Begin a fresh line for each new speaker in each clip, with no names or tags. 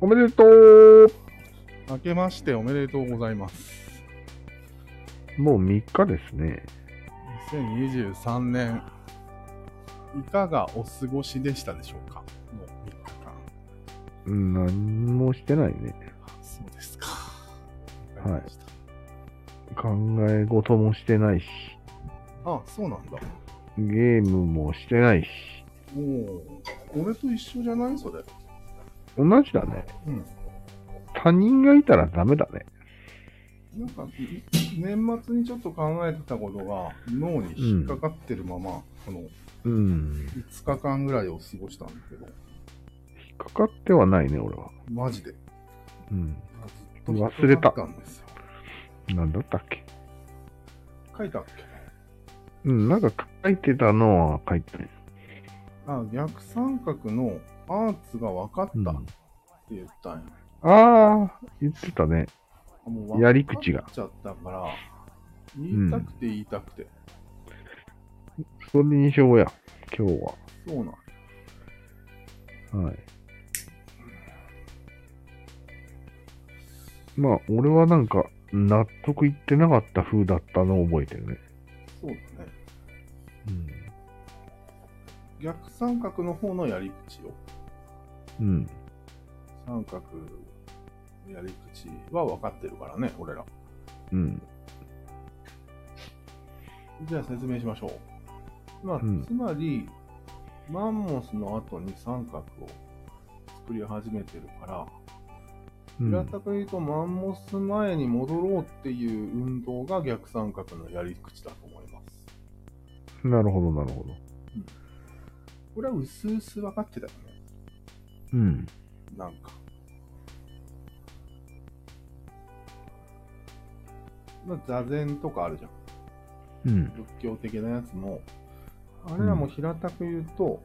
おめでとう
明けましておめでとうございます。
もう3日ですね。
2023年、いかがお過ごしでしたでしょうかの3日間。
うん何もしてないね。
あそうですか。
い
わかりました
考え事もしてないし、
あ、そうなんだ。
ゲームもしてないし。
おお、俺と一緒じゃないそれ。
同じだね。
うん。
他人がいたらダメだね。
なんか、い年末にちょっと考えてたことが脳に引っかかってるまま、この
うん。
5日間ぐらいを過ごしたんだけど、
引っかかってはないね、俺は。
マジで。
うん。
ずっと引っ
忘れた
かかったんですよ。
なんだったっけ
書いたっけ
うん、なんか書いてたのは書いてない。
あ、逆三角のアーツが分かっ
うん
たって言ったんや。
ああ、言ってたね。
もう分
やり口が
かっちゃったから、言いたくて言いたくて。
それにしようや、今日
そうなん。
は。はい。まあ、俺はなんか、納得いってなかった風だったのを覚えてるね。
そうだね。逆三角の方のやり口よ。
うん。うん。
三角のやり口は分かってるからね、俺ら。
うん。
じゃあ説明しましょう。まあ、
うん
つまり、マンモスの後に三角を作り始めてるから、
うん
平たく言うとマンモス前に戻ろうっていう運動が逆三角のやり口だと思います。
なるほど、なるほど。
これは薄々分かってたよね。
うん。
なんか。まあ、座禅とかあるじゃん。
うん。
仏教的なやつも、あれらも平たく言うと、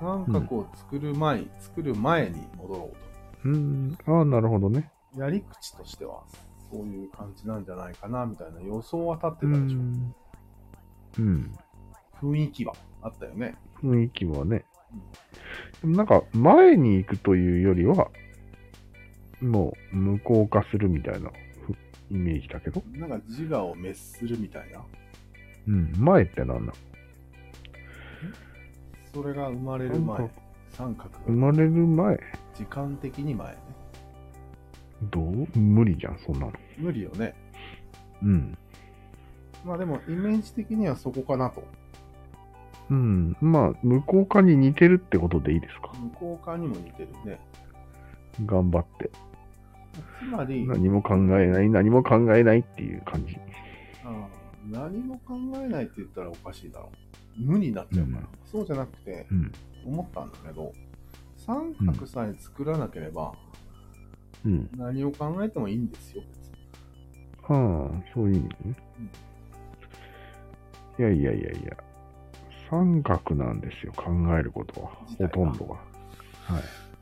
三角を作る前、作る前に戻ろう
うん。ああ、なるほどね。
と。やり口としては、そういう感じなんじゃないかな、みたいな予想は立って
う
たでしょ。
ん。うん。
雰囲気はあったよね。
雰囲気はね。でもなんか、前に行くというよりは、もう、無効化するみたいなふイメージだけど。
なんか自我を滅するみたいな。
うん。前ってなんだ
それが生まれる前。三角
生
が
まれる前
時間的に前ね。
どう無理じゃん、そんなの。
無理よね。
うん。
まあでも、イメージ的にはそこかなと。
うん。まあ、無効化に似てるってことでいいですか
向こう側にも似てるね。
頑張って。
つまり、
何も考えない、何も考えないっていう感じ。
ああ何も考えないって言ったらおかしいだろう。無になっちゃうから。
うん
そうじゃなくて、
うん。
思ったんだけど、三角さえ作らなければ、
うん。
何を考えてもいいんですよ。
はあ、そういう意味ね。いやいやいやいや。三角なんですよ、考えることは。
自体
ほ
が
とんどが。は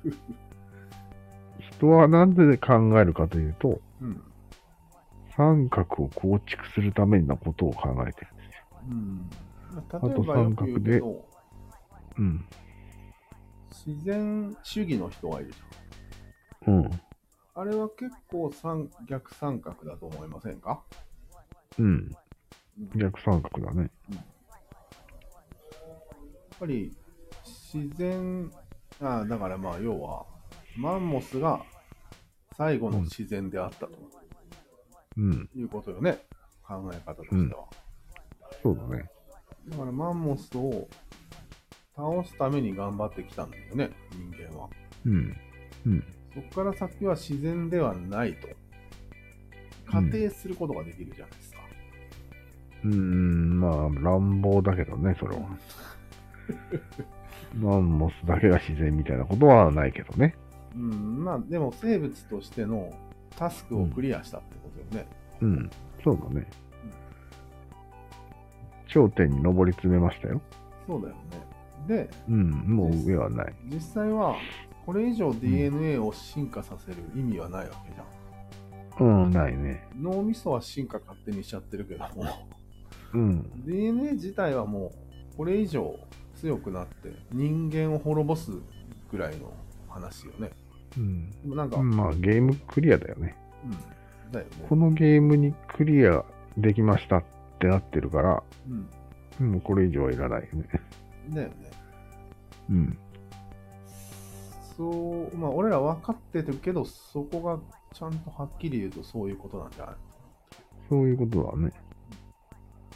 い。 人はなんで考えるかというと、
うん。
三角を構築するためのことを考えてるんですよ。
うん、
と
例えばよく言うけど、
うん。
自然主義の人がいるじ
うん。
ゃん。あれは結構三逆三角だと思いませんか
うん。
うんやっ
逆三角だね。
ぱり自然、ああだからまあ要は、マンモスが最後の自然であったと。
うん。
いうことよね。考え方としては。
そうだね。
だからマンモスを倒すために頑張ってきたんだよね、人間は。
うん。うん。
そこから先は自然ではないと。仮定することができるじゃないですか。
うーん、まあ、乱暴だけどね、それは。マンモスだけが自然みたいなことはないけどね。
うん、まあでも生物としてのタスクをクリアしたってことよね。
うん。そうだね。頂点に上り詰めましたよ。
そうだよね。で、
うん。もう上はない。
実際はこれ以上 DNA を進化させる意味はないわけじゃん。
うん、ないね。
脳みそは進化勝手にしちゃってるけども。
うん。
DNA 自体はもうこれ以上強くなって人間を滅ぼすぐらいの話よね
うん。
でもなんか、
うんまあ、ゲームクリアだよね。
うん、だよね
こ。のゲームにクリアできましたってなってるから、
うん。
もうこれ以上はいらないよね。
だよね。
うん。
そう、まあ、俺ら分かってるけど、そこがちゃんとはっきり言うとそういうことなんじゃない
そういうことだね。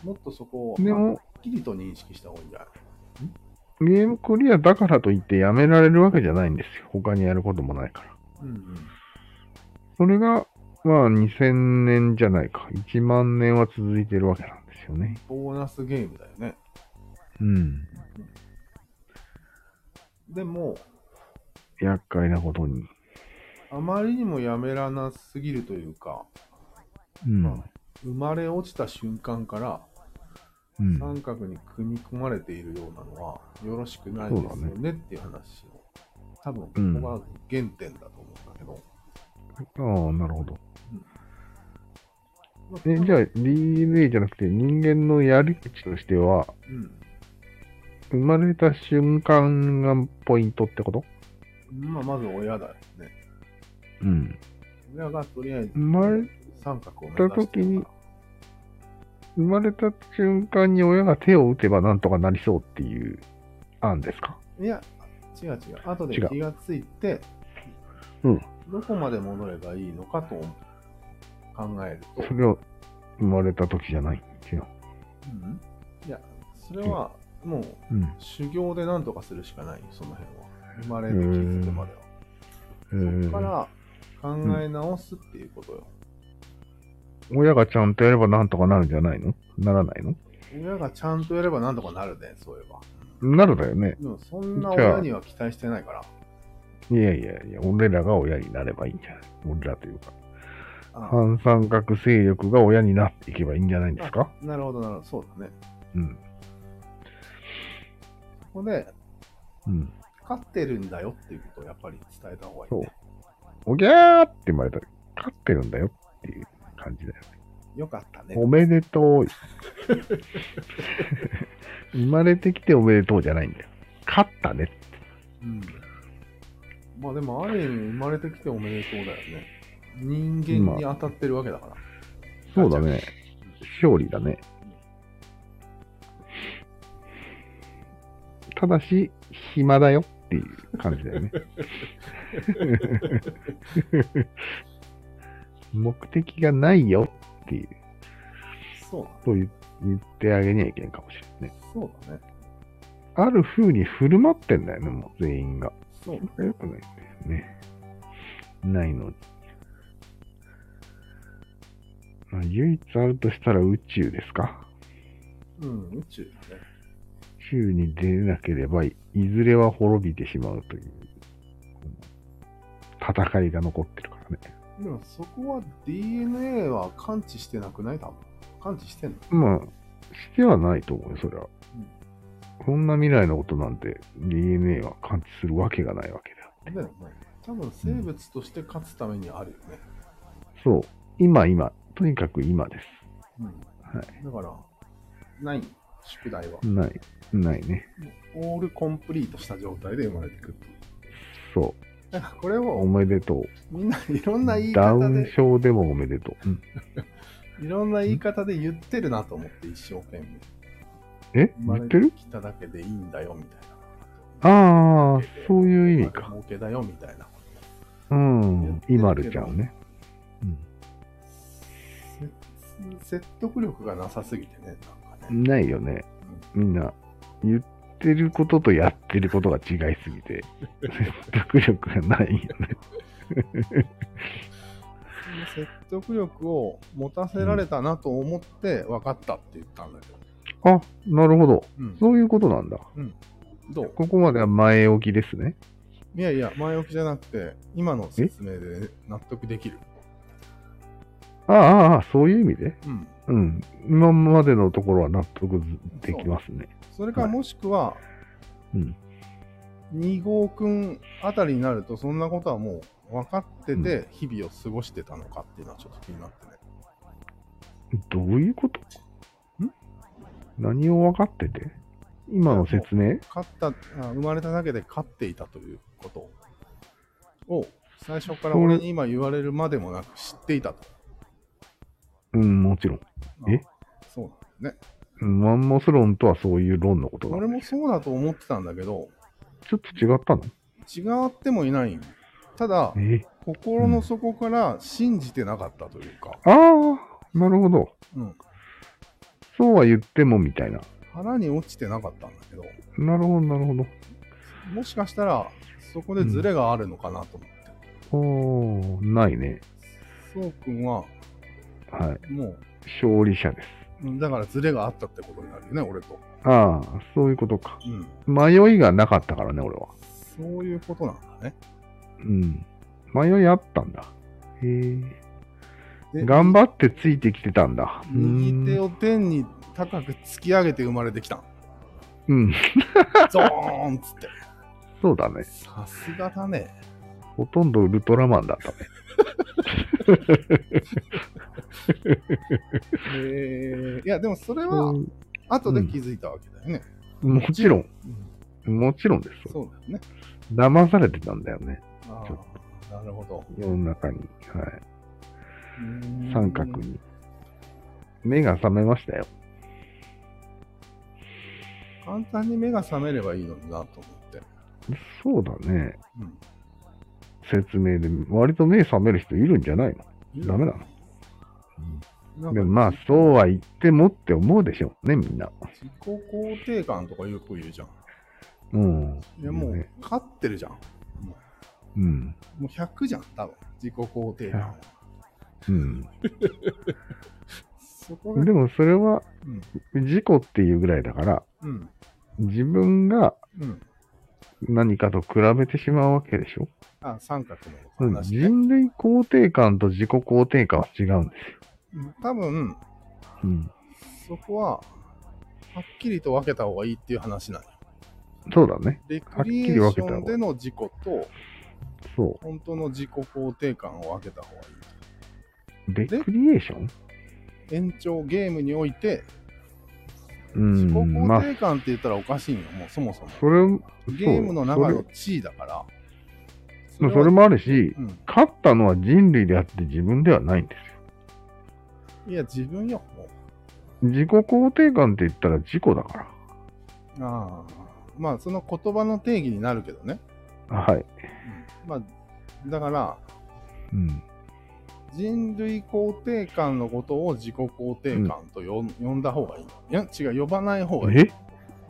もっとそこを
で
はっ
も、
きりと認識した方がいいんじゃない
ゲームクリアだからといってやめられるわけじゃないんですよ。他にやることもないから。
うんうん。
それが、まあ、2000年じゃないか。1万年は続いてるわけなんですよね。
ボーナスゲームだよね。
うん。
でも、
厄介なことに。
あまりにもやめらなすぎるというか、
うん。
まあ生まれ落ちた瞬間から
うん。
三角に組み込まれているようなのはよろしくないですよ
そうだ
ねっていう話を、多分こ
うん
こが原点だと思うんだけど、
ああ、なるほど。
まあ
え、じゃあ DNA じゃなくて人間のやり口としては、生まれた瞬間がポイントってこと
うん、まあまず親だよね。
うん。
親がとりあえず
生まれ
三角を目指してるか
生まれた瞬間に親が手を打てばなんとかなりそうっていう案ですか。
らいや、違う違う。後で
違う
気がついて、
うん
どこまで戻ればいいのかと考えると、
それを生まれた時じゃないんですよ。
うん、いや、それはもう
うん。
修行で何とかするしかないよ、その辺は。生まれて気づくまでは。そこか
えー
ら考え直すっていうことよ。
親がちゃんとやればなんとかなるんじゃないのならないの
親がちゃんとやれば何とかなるね、そういえば。
なるだよね。
でもそんな
じゃあ
親には期待してないから。
いやいやいや、俺らが親になればいいんじゃない俺らというか。
あ
反三角勢力が親になっていけばいいんじゃないですか
なるほど、なるほど、そうだね。
うん。
そこで、
うん。
勝ってるんだよっていうことをやっぱり伝えた方がいい、ね。
おぎゃーって生まれたら、勝ってるんだよっていう感じだよ。
よかったね。
おめでと う。生まれてきておめでとうじゃないんだよ。勝ったね。
うん。まあでも、ある意味生まれてきておめでとうだよね。人間に当たってるわけだから。
そうだね。勝利だね。ただし、暇だよっていう感じだよね。目的がないよっていう、
そう
と言言ってあげにはいけんかもしれないね。
だ。そうだね。
ある風に振る舞ってんだよね、もう全員が。
そう
それよくないんだよね。ないのに。まあ唯一あるとしたら宇宙ですか。
うん、宇宙だね。
宇宙に出れなければい、いずれは滅びてしまうという、この戦いが残ってるからね。
でもそこは DNA は感知してなくない多分。感知してんの
まあ、してはないと思うよ、それは。こんな未来のことなんて DNA は感知するわけがないわけだよ。
だよね。多分生物として勝つためにあるよね。
そう。今、今。とにかく今です。
うん。
は
だから、ない、宿題は。
い。ない。ないね。
オールコンプリートした状態で生まれてくる。
そ
だからこれ
う。お
を
めでとう。
みんないろんな言い
ダ
方
ウン
で、
症でもおめでとう。
いろんな言い方で言ってるなと思って一生懸命。
え
生ま
言っ
れ
て
て
る
きただけでいいんだよみたい
あ
な。
あ、そういう意味か。
儲けだよみたいな。
うん。イマルちゃんね。
せ説得力がなさすぎてね、なんか
う
ね。
ん。ないよね。みんな、言ってることとやってることが違いすぎて、説得力がないよね。
説得力を持たせられたなと思って分かったって言ったんだけど、
あ、なるほど。
うん
そういうことなんだ。
どう
ここまでは前置きですね。
いやいや前置きじゃなくて今の説明で納得できる
ああああ、ああそういう意味で。
うん
うん。今までのところは納得できますね。
それか
はい
もしくは
うん。
2号くんあたりになるとそんなことはもう分かってて日々を過ごしてたのかっていうのはちょっと気になってね
どういうことん何を分かってて今の説明
勝ったあ生まれただけで勝っていたということを最初から俺に今言われるまでもなく知っていたと。
うん、もちろん。え
あそうなんだよね。
マンモス論とはそういう論のことだ。
俺もそうだと思ってたんだけど、
ちょっと違ったの
違ってもいないんよただ、
え
心の底から信じてなかったというか、
ああ、なるほど。
うん、
そうは言ってもみたいな。
腹に落ちてなかったんだけど、
なるほど、なるほど。
もしかしたらそこでズレがあるのかなと思って。
おー、ないね。
そうくんは
はい。
も
勝利者です。
う、うんだからズレがあったってことになるよね、俺と。
ああ、そういうことか。
うん。
迷いがなかったからね、俺は。
そういうことなんだね。
うん。迷いあったんだ。へえ。
で
頑張ってついてきてたんだ。
右手
を。
を天に高く突き上げて生まれてきたん。
うん。
ゾーンっつって。
そうだね。
さすがだね。
ほとんどウルトラマンだったね。
えーいや、でもそれは
うん
後で気づいたわけだよね。
もちろん。もちろんです。
そうだよね。
騙されてたんだよね。
あ
ちょ
あ、なるほど。
世の中に。は
うーん
い。三角に。目が覚めましたよ。
簡単に目が覚めればいいのになと思って。
そうだね。
うん
説明で。割と目覚める人いるんじゃないダメなの
な
の
ん
で
か
もまあ、そうは言ってもって思うでしょうね、みんな。
自己肯定感とかよく言うじゃん。
うん。
いやもう
ね、
勝ってるじゃん。も
うん。
うもう100じゃん、多分。自己肯定感は。
うん。
そこが、
でもそれは、
うん、
事故っていうぐらいだから、
うん、
自分が
うん。
何かと比べてしまうわけでしょ。
あ、三角の
うん
話ね。
人類肯定感と自己肯定感は違うんですよ。
多分、
うん。
そこは、はっきりと分けた方がいいっていう話なんよ。
そうだね。
レ
は
ク
っき
リエ
り
ー
分
シ
けた方が
ョンでの自己と、
そ
本当の自己肯定感を分けた方がいい。
う。レクリエーション
延長ゲームにおいて、
う
自己
ん。ま
肯
あ、
定感って言ったらおかしいんよ、もうそもそも。
それも、
ゲームの中
そ
の
れ
地位だから。
まあそれもあるし、
うん。
勝ったのは人類であって自分ではないんですよ。
いや、自分よ、も
自己肯定感って言ったら自己だか
う。ああ。まあ、その言葉の定義になるけどね。
ら。はい。
まあ、だから、
うん。
人類肯定感のことを自己肯定感とよ、呼んだ方がいい。いや、違う、呼ばない方がいい。
え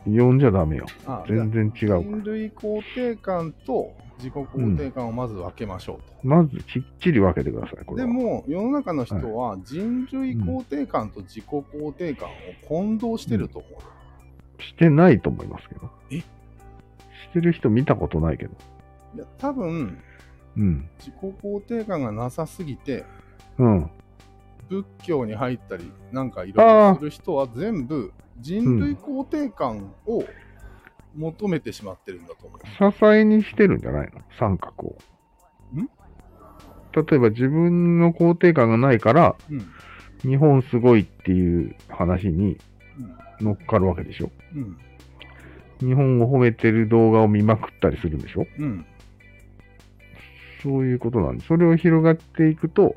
呼んじゃダメよ。
ああ
全然違うから
人類肯定感と自己肯定感をまず分けましょうと。
まずきっちり分けてください、これ
で
は。
も世の中の人は人類肯定感と自己肯定感を混同してると思う、
してないと思いますけど。
え
してる人見たことないけど。
いや多分
うん。
自己肯定感がなさすぎて
うん。
仏教に入ったりなんかいろいろする人は全部人類肯定感を求めてしまってるんだと思う、
支えにしてるんじゃないの三角を。
ん
例えば自分の肯定感がないから、
うん
日本すごいっていう話に乗っかるわけでしょ。
うん
日本を褒めてる動画を見まくったりするんでしょ
うんうん
そういうことなんで、それを広がっていくと、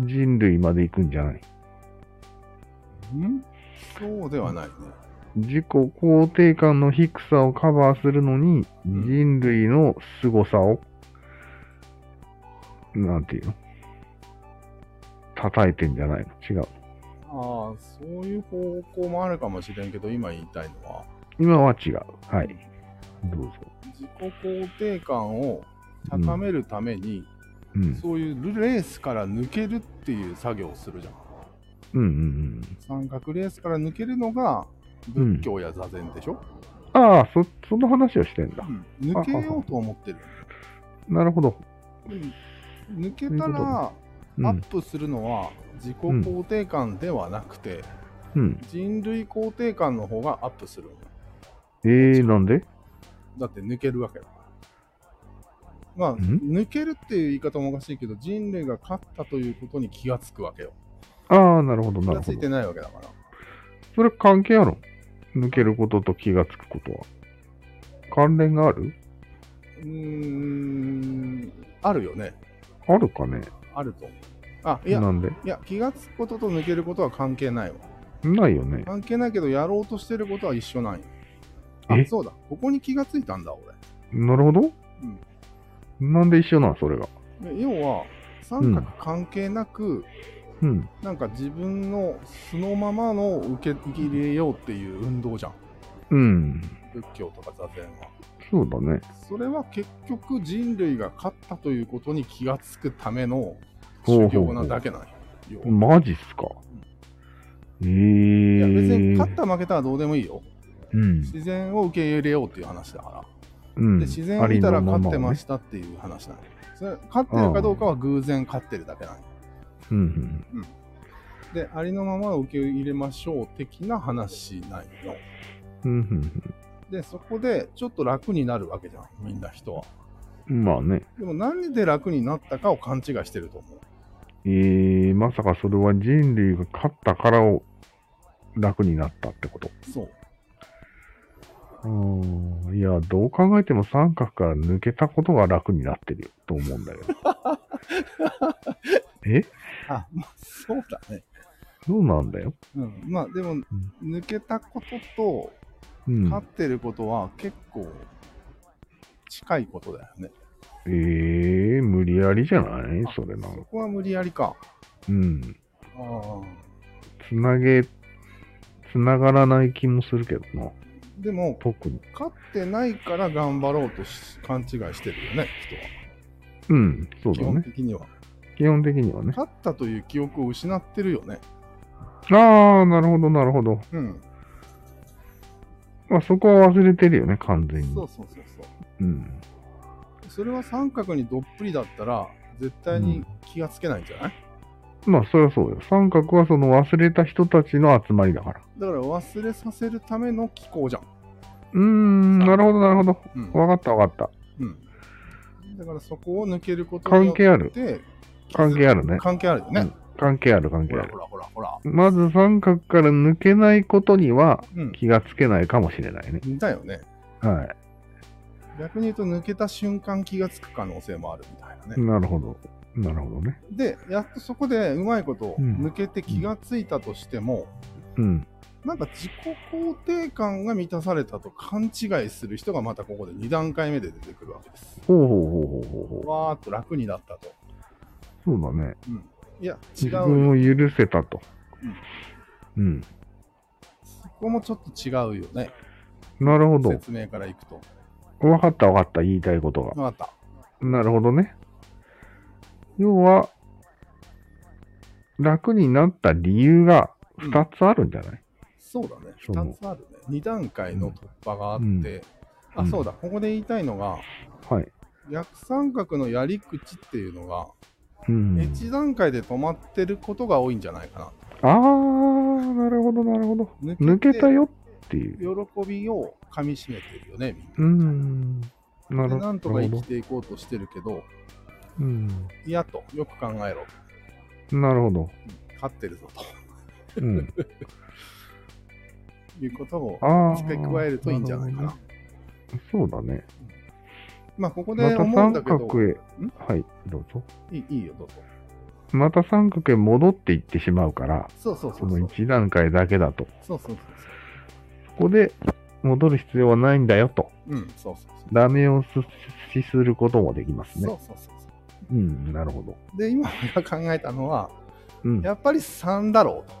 人類まで行くんじゃない
うんそうではないね
自己肯定感の低さをカバーするのに、
ん
人類の凄さを、なんていうの叩いてんじゃないの違う。
ああそういう方向もあるかもしれんけど今言いたいのは
今は違う。はい。どうぞ。
自己肯定感を高めるために、
うん。
そういうレースから抜けるっていう作業をするじゃん。
うんうんうん。
三角レースから抜けるのが仏教や座禅でしょ、
ああ、そ、その話をしてんだ。
うん抜けようと思ってる。
なるほど。
うん抜け
そ
た
ういうことね
ら
う
ア
ん
ッ。プするのは自己肯定感ではなくて、
うん。
人類肯定感の方がアップする。
えー、なんで
だって抜けるわけだから。まあ、
ん
抜けるっていう言い方もおかしいけど、人類が勝ったということに気がつくわけよ。
ああ、なるほど、
気
な
が
る
つ
ほ
いて
ど。
ないわけだから。
それ関係あるの抜けることと気がつくことは。関連がある
うーんあるよね。
あるかね
あると思う。あ、いや、
なんで
いや、気がつくことと抜けることは関係ないわ。
ないよね。
関係ないけど、やろうとしてることは一緒なんよ。
え
あ、そうだ。ここに気がついたんだ、俺。
なるほど、なんで一緒なんそれが。
で要は、三角関係なく、
うん。
なんか自分のそのままの受け入れようっていう運動じゃん。
うん。
仏教とか座禅は。
そうだね。
それは結局人類が勝ったということに気がつくための
ほうほ
修
うほう
行なだけなんよ。要は
マジっすか。え
いや別に
ー。
勝った負けたはどうでもいいよ。
うん。
自然を受け入れようっていう話だから。
うん。
で自然を見たら勝ってま
し
したっていう話なの。それ勝ってるかどうかは偶然勝ってるだけなの。
た。うん
で、ありのままを受け入れましょう的な話なんよ。
うん。うんうん
で、そこでちょっと楽になるわけじゃん、みんな人は。
うん。まあね。
でも何で楽になったかを勘違いしてると思う。
えー、まさかそれは人類が勝ったからを楽になったってこと。
そう。
うーん。いや、どう考えても三角から抜けたことが楽になってるよ、と思うんだ けど。え
あ、まあそうだね。
そうなんだよ。
うん、まあでも、抜けたこと
う
と
ん。
勝ってることは結構近いことだよね。
えー、無理やりじゃないそれな
そ
の。
こは無理やりか。
うん。
ああ
つなげ、つながらない気もするけどな。
でも、
特に。
勝ってないから頑張ろうとし勘違いしてるよね、
うん、そうだ
人は。基本
ね。
的には。
基本的にはね。
勝ったという記憶を失ってるよね。
ああ、なるほど、なるほど。
うん。
まあ、そこは忘れてるよね、完全に。
そうそうそうそ
う
う。
ん。
それは三角にどっぷりだったら、絶対に気がつけないんじゃない、
まあ、そりゃそうよ。三角はその忘れた人たちの集まりだから。
だから忘れさせるための機構じゃん。
うーん、なるほど、なるほど。
うん。
わかった、わかった。
うん、だからそこを抜けることによって
関関係あるね。
関係あるよね。
うん関係ある、関係
ほ
あ
ら
る
ほ。らほらほら。
まず三角から抜けないことには
う
気がつけないかもしれないね。
ん。だよね。
は。
逆に言うと抜けた瞬間気がつく可能性もあるみたいないね。
なるほど。なるほどね。
で、やっとそこでうまいこと
うん
抜けて気がついたとしても、
うん。
なんか自己肯定感が満たされたと勘違いする人がまたここで2段階目で出てくるわけです。
ほうほうほうほうほうほう。
わーっと楽になったと。
そうだね。
うん、いや、違
自
う
分
よ。
を許せたと。うん。
そこもちょっと違うよね。
なるほど。
説明からいくと。
わかったわかった。言いたいことが。
わかった。
なるほどね。要は、楽になった理由が2つあるんじゃない、
そうだね、
そう
2つあるね。2段階の突破があって、
うん
あ、
うん
そうだ、ここで言いたいのが、
はい。
逆三角のやり口っていうのが、
うん。
1段階で止まってることが多いんじゃないか
あー、なるほど、なるほど。
な。
抜けた
て
よっていう。
喜びをかみしめてるよね、みんな。
うん。なる
で
ほど。
なんとか生きていこうとしてるけど、
うん。
いやと、よく考えろ。
なるほど。
勝ってるぞと
うん。
いうことを
あー。
付け加えるといいんじゃないか
る
な。
ほどね。そうだね。
まあ、ここで
また
思うん
三
だけど、
角へ
ん。
はい、どうぞ。
いいいいよ、どうぞ。
また三角へ戻っていってしまうから、
そうそうそ
そう
そう。
の一段階だけだと。
そうそうそう
そこで戻る必要はないんだよと。
そう。うん、そうそうそう。
ダメを視することもできます
そ
ね。
うそうそうそ
う
う。
ん、なるほど。
で、今俺が考えたのは、
うん、
やっぱり3だろうと。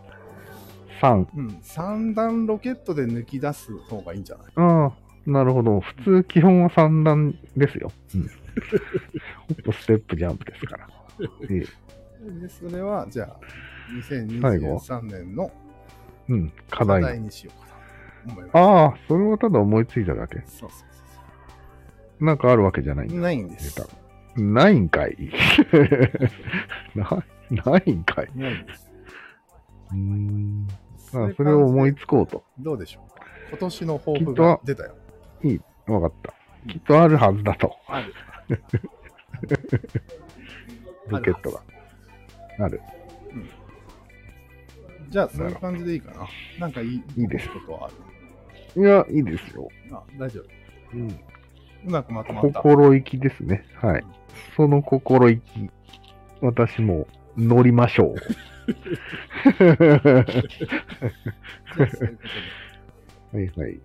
3。
うん、3段ロケットで抜き出す方がいいんじゃない
ああ、なるほど。普通、基本は3段ですよ。 うん、ホップ、ステップ、ジャンプですから。ええ
で、それは、じゃあ、
最後
2023年の
うん、課
課
題。
題にしようかなと思います。
ああ、それはただ思いついただけ。
そうそうそ
なんかあるわけじゃないん
うそ
だ
う。ないんです
出。た。ないんかい。 なないんかい。
ないんです。
うーん。
そう
あ
いう感じで
それを思いつこうと。
どうでしょうか今年の抱負
きっと
が出たよ。
わかった。きっとあるはずだと。
ある。
ロケットが。ある。
じゃあ、そういう感じでいいかな。なんかいい、
いいです
ことはある。
いや、いいですよ。
あ、大丈夫。
うん。
うまくまとまった。
心意気ですね。はい。その心意気、私も乗りましょう。
そうそういうことで
はいはい。